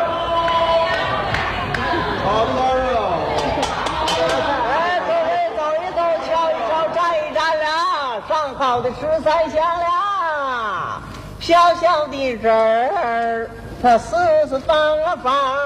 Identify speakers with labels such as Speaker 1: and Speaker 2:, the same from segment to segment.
Speaker 1: 哎小小的人儿，他四四方方，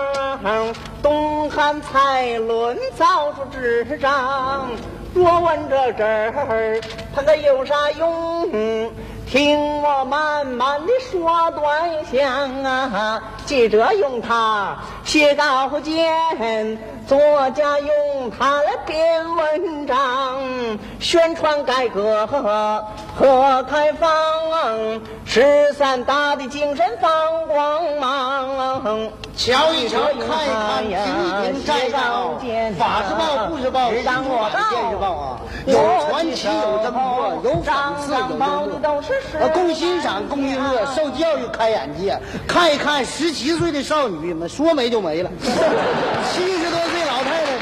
Speaker 1: 东汉蔡伦造出纸张。若问这纸儿，它可有啥用？听我慢慢的说端详啊，记者用它写稿件，作家用它来编文章，宣传改革和开放，十三大的精神放光芒。
Speaker 2: 瞧一瞧，看一看，评一评，摘一
Speaker 1: 哎
Speaker 2: 摘，法制报、故事报、人
Speaker 1: 当我
Speaker 2: 报、电视报啊，有传奇，有争议，有讽刺，有幽默。啊，供欣赏，供娱乐，受教育，开眼界。看一看十七岁的少女们，说没就没了。七十多岁老太太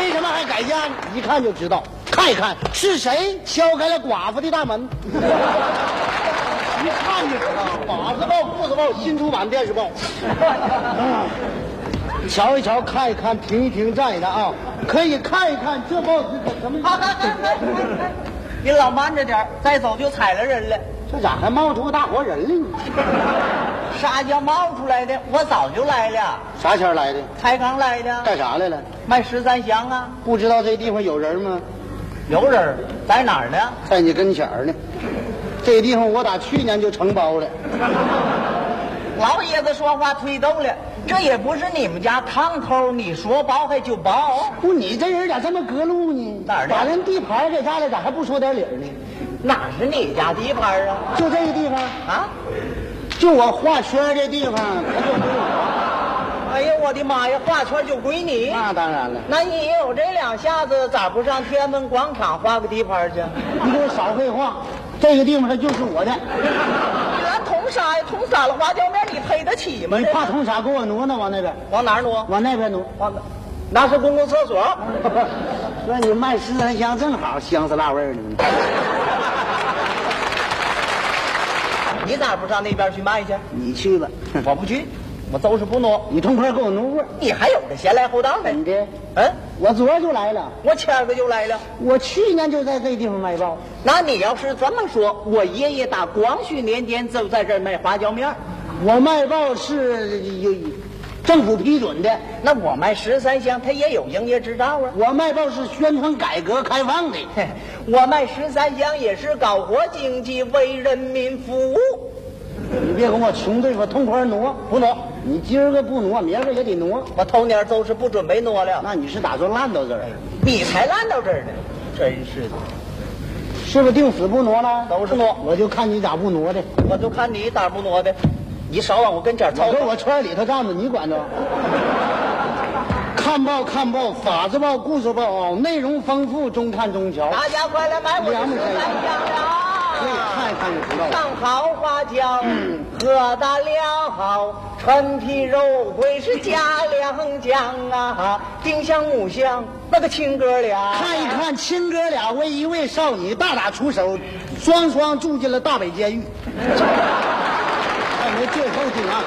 Speaker 2: 为什么还改嫁呢？一看就知道。看一看是谁敲开了寡妇的大门。一看就知道，法制报、故事报、新出版电视报。啊瞧一瞧，看一看，评一评，站一站啊！可以看一看这报纸怎怎么
Speaker 1: 好，来来来来来，您老慢着点儿，再走就踩了人了。
Speaker 2: 这咋还冒出个大活人来呢？
Speaker 1: 啥叫冒出来的？我早就来了，
Speaker 2: 啥前儿来的？
Speaker 1: 才刚来的，
Speaker 2: 干啥来了？
Speaker 1: 卖十三香啊。
Speaker 2: 不知道这地方有人吗？
Speaker 1: 有人儿在哪儿呢？
Speaker 2: 在你跟前儿呢。这地方我打去年就承包了，
Speaker 1: 老爷子说话忒逗了，这也不是你们家炕头，你说包还就包。
Speaker 2: 不，你这人咋这么隔路呢？
Speaker 1: 哪儿的
Speaker 2: 把人地盘儿给占了，咋还不说点理儿呢？
Speaker 1: 哪是你家地盘啊？
Speaker 2: 就这个地方，
Speaker 1: 啊！
Speaker 2: 就我画圈儿这地方，
Speaker 1: 哎呀，我的妈呀，画圈就归你。
Speaker 2: 那当然了。
Speaker 1: 那你有这两下子，咋不上天安门广场画个地盘去？
Speaker 2: 你给我少废话，这个地方它就是我的。
Speaker 1: 咱同啥呀？同散了花椒面，你赔得起吗？
Speaker 2: 你怕捅啥？给我挪挪，往那边，
Speaker 1: 往哪儿挪？
Speaker 2: 往那边挪。
Speaker 1: 往哪？那是公共厕所。
Speaker 2: 说你卖十三香，正好香是辣味儿呢。
Speaker 1: 你咋不上那边去卖去？
Speaker 2: 你去吧，
Speaker 1: 我不去，我就是不挪。
Speaker 2: 你痛快给我挪会儿。
Speaker 1: 你还有这闲来后当的
Speaker 2: 怎？么的？
Speaker 1: 嗯，
Speaker 2: 我昨儿就来了，
Speaker 1: 我谦儿哥就来了。
Speaker 2: 我去年就在这地方卖报。
Speaker 1: 那你要是这么说，我爷爷打光绪年间就在这儿卖花椒面儿，
Speaker 2: 我卖报是有政府批准的，
Speaker 1: 那我卖十三香，他也有营业执照啊。
Speaker 2: 我卖报是宣传改革开放的。
Speaker 1: 嘿 我卖十三香也是搞活经济，为人民服务。
Speaker 2: 你别跟我穷对付，痛快挪不挪？你今儿个不挪，明儿个也得挪。
Speaker 1: 我头年都是不准备挪了，
Speaker 2: 那你是打算烂到这儿？
Speaker 1: 你才烂到这儿呢，真是的！
Speaker 2: 是不是定死不挪了？
Speaker 1: 都是挪
Speaker 2: 我就看你咋不挪的。
Speaker 1: 我就看你咋不挪的，你少往我跟前儿
Speaker 2: 早
Speaker 1: 凑
Speaker 2: 跟
Speaker 1: 合。
Speaker 2: 我圈里头站着，你管着？看报看报，法制报、故事报啊，内容丰富，中看中瞧。
Speaker 1: 大家快来买我的十三香
Speaker 2: 可以看一
Speaker 1: 啊！
Speaker 2: 看就知道了。
Speaker 1: 上好花椒，喝大料，陈皮肉桂是加两姜啊，丁香母香那个亲哥俩。
Speaker 2: 看一看，亲哥俩为一位少女大打出手，双双住进了大北监狱。看没最后挺好。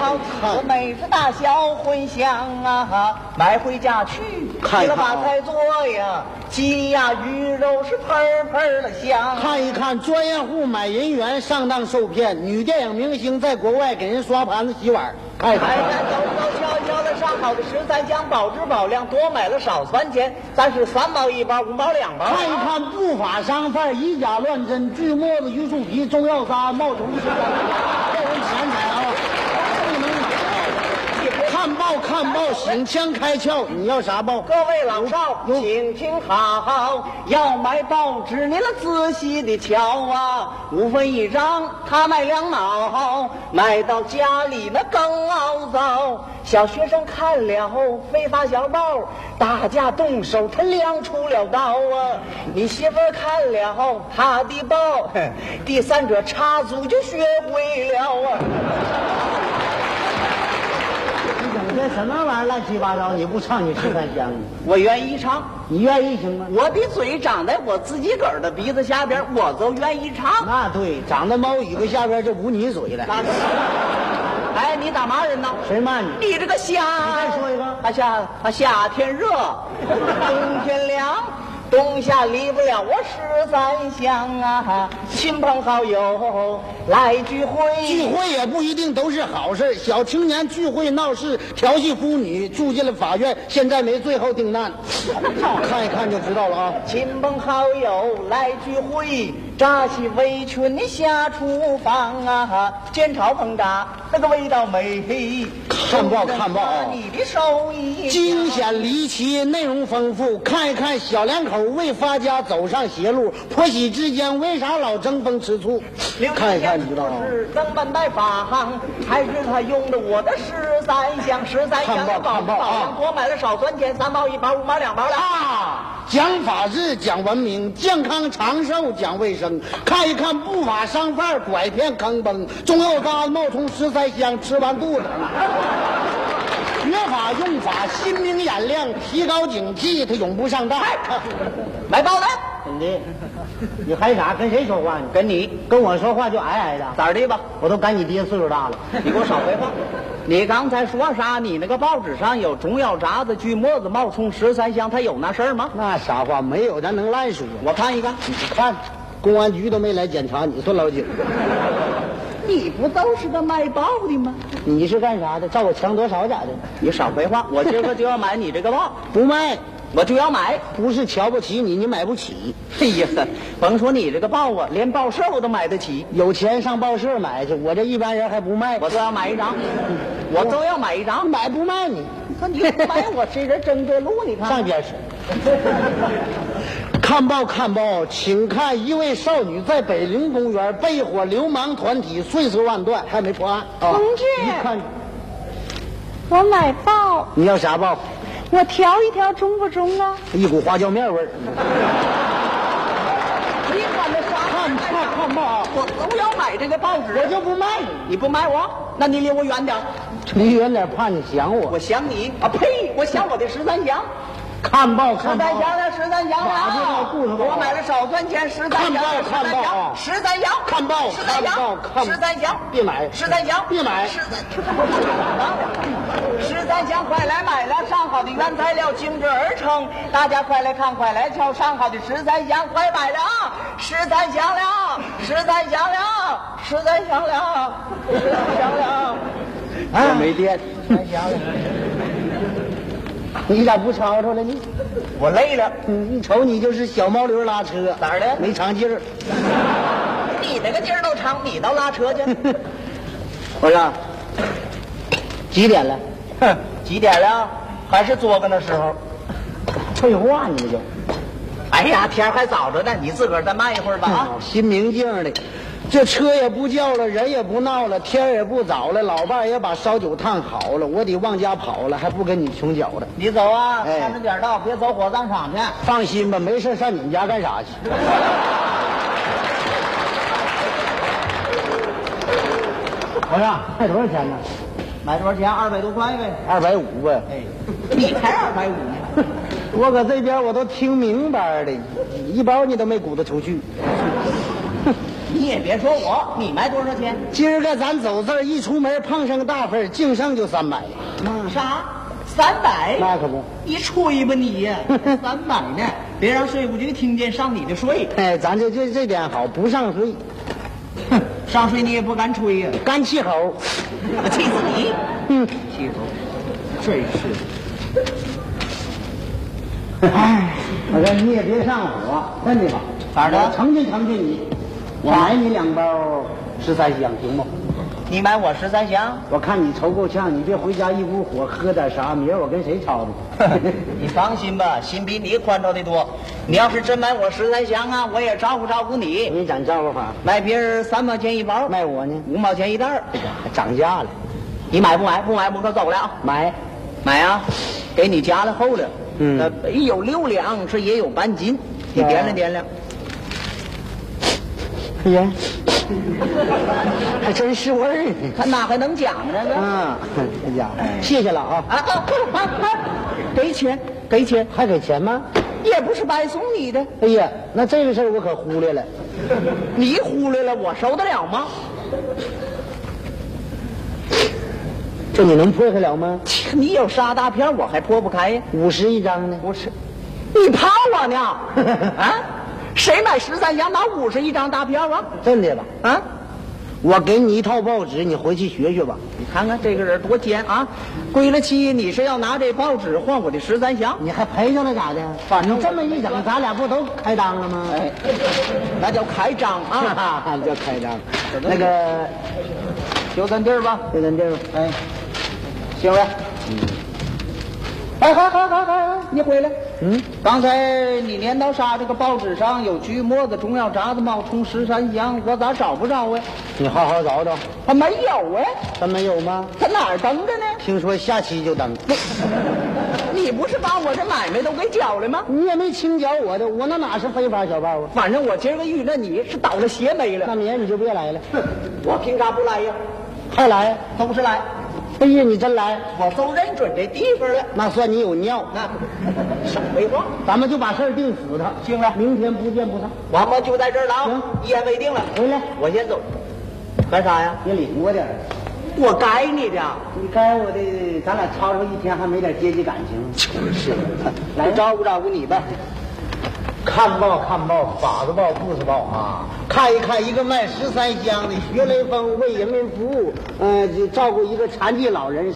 Speaker 1: 好吃美是大小荤香啊，买回家去
Speaker 2: 看
Speaker 1: 提
Speaker 2: 一看
Speaker 1: 了
Speaker 2: 啊
Speaker 1: 把菜做呀，鸡呀鱼肉是喷儿喷儿的香。
Speaker 2: 看一看，专业户买人员上当受骗，女电影明星在国外给人刷盘子洗碗。看
Speaker 1: 哎
Speaker 2: 一看，
Speaker 1: 呀，走走悄悄的上好的十三香，保质保量，多买了少算钱，咱是三毛一包，五毛两包。
Speaker 2: 看一看不法商贩以假乱真，锯沫子、榆树皮、中药渣、冒充吃骗人钱财啊！不能买啊！看报看报，醒枪开窍，你要啥报？
Speaker 1: 各位老少，
Speaker 2: 有
Speaker 1: 请听好，要买报纸，您了仔细的瞧啊，五分一张，他卖两毛，买到家里那更凹糟。小学生看了非法小报，打架动手，他亮出了刀啊！你媳妇儿看了他的报， 第三者插足就学会了啊！
Speaker 2: 你整些什么玩意儿乱七八糟？你不唱你吃饭香呢？
Speaker 1: 我愿意唱，
Speaker 2: 你愿意行吗？
Speaker 1: 我的嘴长在我自己个儿的鼻子下边，我都愿意唱。
Speaker 2: 那对，长在猫尾巴下边就捂你嘴了。
Speaker 1: 那是哎，你咋骂人呢？
Speaker 2: 谁骂你？
Speaker 1: 你这个夏，
Speaker 2: 你再说一个
Speaker 1: 啊夏啊夏天热，冬天凉，冬夏离不了我十三香啊，亲朋好友来聚会，
Speaker 2: 聚会也不一定都是好事儿小青年聚会闹事，调戏妇女，住进了法院，现在没最后定难。看一看就知道了啊。
Speaker 1: 亲朋好友来聚会，扎起围裙的下厨房啊，煎炒烹炸那个味道美。
Speaker 2: 看报看报啊
Speaker 1: 你的手艺
Speaker 2: 惊险离奇，内容丰富。看一看小两口为发家走上邪路，婆媳之间为啥老争风吃醋？看一看你知道啊吗？
Speaker 1: 是登门拜访，还是他用的我的十三香？十三香的
Speaker 2: 看报
Speaker 1: 宝
Speaker 2: 看报
Speaker 1: 宝
Speaker 2: 啊
Speaker 1: 箱，多买了少酸甜，三毛一毛，五毛两毛了。
Speaker 2: 啊，讲法治，讲文明，健康长寿，讲卫生。看一看不法商贩拐骗坑蒙，中药渣冒充十三香，吃完肚子。学法用法，心明眼亮，提高警惕，他永不上当。
Speaker 1: 买包子，
Speaker 2: 怎的？你嗨啥？跟谁说话呢？
Speaker 1: 跟你
Speaker 2: 跟我说话就矮矮的，
Speaker 1: 咋儿的吧？
Speaker 2: 我都赶你爹岁数大了。
Speaker 1: 你给我少废话。 你刚才说啥？你那个报纸上有中药渣子、锯末子冒充十三香，他有那事儿吗？
Speaker 2: 那啥话没有，咱能烂说吗？
Speaker 1: 我看一看，
Speaker 2: 你看，公安局都没来检查，你算老几？
Speaker 1: 你不都是个卖报的吗？
Speaker 2: 你是干啥的？照我强多少咋的？
Speaker 1: 你少废话，我今儿个就要买你这个报，
Speaker 2: 不卖，
Speaker 1: 我就要买。
Speaker 2: 不是瞧不起你，你买不起。
Speaker 1: 哎呀，甭说你这个报啊，连报社我都买得起，
Speaker 2: 有钱上报社买去，我这一般人还不卖，
Speaker 1: 我都要买一张，我都要买一张。
Speaker 2: 买不卖你？
Speaker 1: 你看你买我这人真对路，你看
Speaker 2: 上边去。 看报看报，请看一位少女在北陵公园被伙流氓团体碎尸万段，还没破案啊！
Speaker 3: 同志
Speaker 2: 一看
Speaker 3: 我买报，
Speaker 2: 你要啥报？
Speaker 3: 我调一调中不中啊？
Speaker 2: 一股花椒面味儿。
Speaker 1: 你管那啥
Speaker 2: 看看看报啊！
Speaker 1: 我都要买这个报
Speaker 2: 我
Speaker 1: 纸，
Speaker 2: 就不卖你，
Speaker 1: 你不买我，那你离我远点儿。
Speaker 2: 离远点，怕你想我。
Speaker 1: 我想你啊！呸！我想我的十三香，
Speaker 2: 看报
Speaker 1: 十
Speaker 2: 看
Speaker 1: 三
Speaker 2: 报啊
Speaker 1: 香，了，十三香了
Speaker 2: 马上要
Speaker 1: 啊！
Speaker 2: 雇他了
Speaker 1: 我买了少赚钱，十三香了，
Speaker 2: 看报啊
Speaker 1: 十三香，
Speaker 2: 看报
Speaker 1: 十三
Speaker 2: 看报
Speaker 1: 香，
Speaker 2: 看报
Speaker 1: 十三香，
Speaker 2: 别买
Speaker 1: 十三香，
Speaker 2: 别买
Speaker 1: 十三，十三香，快来买了！上好的原材料精制而成，大家快来看，快来瞧！上好的十三香，快买了啊！十三香了，十三香了，十三香了，十三香了，
Speaker 2: 哎我没电，
Speaker 1: 十三香了！
Speaker 2: 你咋不吵吵了呢？
Speaker 1: 我累了。
Speaker 2: 嗯，一瞅你就是小毛驴拉车，
Speaker 1: 哪儿的
Speaker 2: 没长劲儿。
Speaker 1: 你那个劲儿都长，你倒拉车去。
Speaker 2: 我说几点了？
Speaker 1: 哼，几点了？还是作个那时候？
Speaker 2: 废话你们就
Speaker 1: 哎呀，天儿还早着呢，你自个儿再慢一会儿吧啊
Speaker 2: 啊！，心明镜的，这车也不叫了，人也不闹了，天儿也不早了，老伴儿也把烧酒烫好了，我得往家跑了，还不跟你穷搅了。
Speaker 1: 你走啊，
Speaker 2: 哎
Speaker 1: 看着点儿道，别走火葬场去。
Speaker 2: 放心吧，没事上你们家干啥去？ 我说卖多少钱呢？
Speaker 1: 买多少钱？二百多块呗。
Speaker 2: 二百五呗。
Speaker 1: 哎，你才二百五呢。
Speaker 2: 我搁这边我都听明白了，一包你都没鼓捣出去。
Speaker 1: 你也别说我，你卖多少钱？
Speaker 2: 今儿个咱走这儿一出门碰上个大份儿，净剩就三百。嗯
Speaker 1: 啥？三百？
Speaker 2: 那可不。
Speaker 1: 你吹吧你呀！三百呢，别让税务局听见上你的税。
Speaker 2: 哎，咱就这这点好，不上税，
Speaker 1: 哼，上税你也不敢吹呀、
Speaker 2: 干气候。
Speaker 1: 我气死你！
Speaker 2: 嗯，
Speaker 1: 气死我！真是。
Speaker 2: 哎，我说你也别上火，真的吧？
Speaker 1: 咋的
Speaker 2: 我成全成全你，我买你两包十三香，行不？
Speaker 1: 你买我十三香？
Speaker 2: 我看你愁够呛，你别回家一股火，喝点啥？明儿我跟谁吵去？
Speaker 1: 你放心吧，心比你宽敞的多。你要是真买我十三香啊，我也招呼招呼你。
Speaker 2: 你讲照顾法，
Speaker 1: 买别人三毛钱一包，
Speaker 2: 卖我呢？
Speaker 1: 五毛钱一袋儿，哎
Speaker 2: 还涨价了，
Speaker 1: 你买不买？不买我可走了啊！
Speaker 2: 买。
Speaker 1: 买啊，给你加了厚了。
Speaker 2: 嗯
Speaker 1: 呃，一有六两，这也有半斤，你掂量掂量。
Speaker 2: 哎呀， 还真是味儿呢。
Speaker 1: 看哪还能讲这个？啊
Speaker 2: 啊，哎呀，谢谢了啊，
Speaker 1: 啊啊啊！给钱，给钱，
Speaker 2: 还给钱吗？
Speaker 1: 也不是白送你的。
Speaker 2: 哎呀，那这个事儿我可忽略了。
Speaker 1: 你忽略了，我受得了吗？
Speaker 2: 这你能破开了吗？
Speaker 1: 你有沙大片，我还破不开呀。
Speaker 2: 五十一张呢？
Speaker 1: 不是，你怕我 热闹啊！谁买十三张拿五十一张大票啊？
Speaker 2: 真的吧？
Speaker 1: 啊！
Speaker 2: 我给你一套报纸，你回去学学吧。
Speaker 1: 你看看这个人多奸啊！归了期，你是要拿这报纸换我的十三香？
Speaker 2: 你还赔上了咋的？
Speaker 1: 反正
Speaker 2: 你这么一整，咱俩不都开张了吗？
Speaker 1: 哎，那叫开张
Speaker 2: 哈
Speaker 1: 啊！
Speaker 2: 哈， 叫开张。那个，
Speaker 1: 就咱地儿吧。
Speaker 2: 就咱这吧。
Speaker 1: 哎，行了。哎，好好好好，你回来。
Speaker 2: 嗯，
Speaker 1: 刚才你镰刀杀这个报纸上有句沫子、中药、渣子、冒充十三香，我咋找不着哎？
Speaker 2: 你好好找找，
Speaker 1: 他没有哎，
Speaker 2: 咱没有吗？
Speaker 1: 他哪儿登着呢？
Speaker 2: 听说下期就登，
Speaker 1: 你不是把我这买卖都给搅了吗？
Speaker 2: 你也没轻搅我的，我那哪是非法小报啊？
Speaker 1: 反正我今儿个遇着你是倒了邪霉
Speaker 2: 那
Speaker 1: 了。
Speaker 2: 明儿你就别来了，
Speaker 1: 我凭啥不来呀？
Speaker 2: 还来？
Speaker 1: 都是来，
Speaker 2: 哎呀，你真来，
Speaker 1: 我都认准这地方了。
Speaker 2: 那算你有尿。
Speaker 1: 那少废话，
Speaker 2: 咱们就把事儿定死他，
Speaker 1: 行了
Speaker 2: 明天不见不散。
Speaker 1: 我们就在这儿了啊
Speaker 2: 行，
Speaker 1: 一言为定了。
Speaker 2: 回来，
Speaker 1: 我先走，干啥呀？
Speaker 2: 你领我点儿，
Speaker 1: 我该你的，啊
Speaker 2: 你该我的，咱俩吵吵一天还没点阶级感情。就是，
Speaker 1: 我
Speaker 2: 来
Speaker 1: 照顾照顾你吧。
Speaker 2: 看报看报，法子报故事报啊！看一看一个卖十三香的学雷锋为人民服务，呃，就照顾一个残疾老人。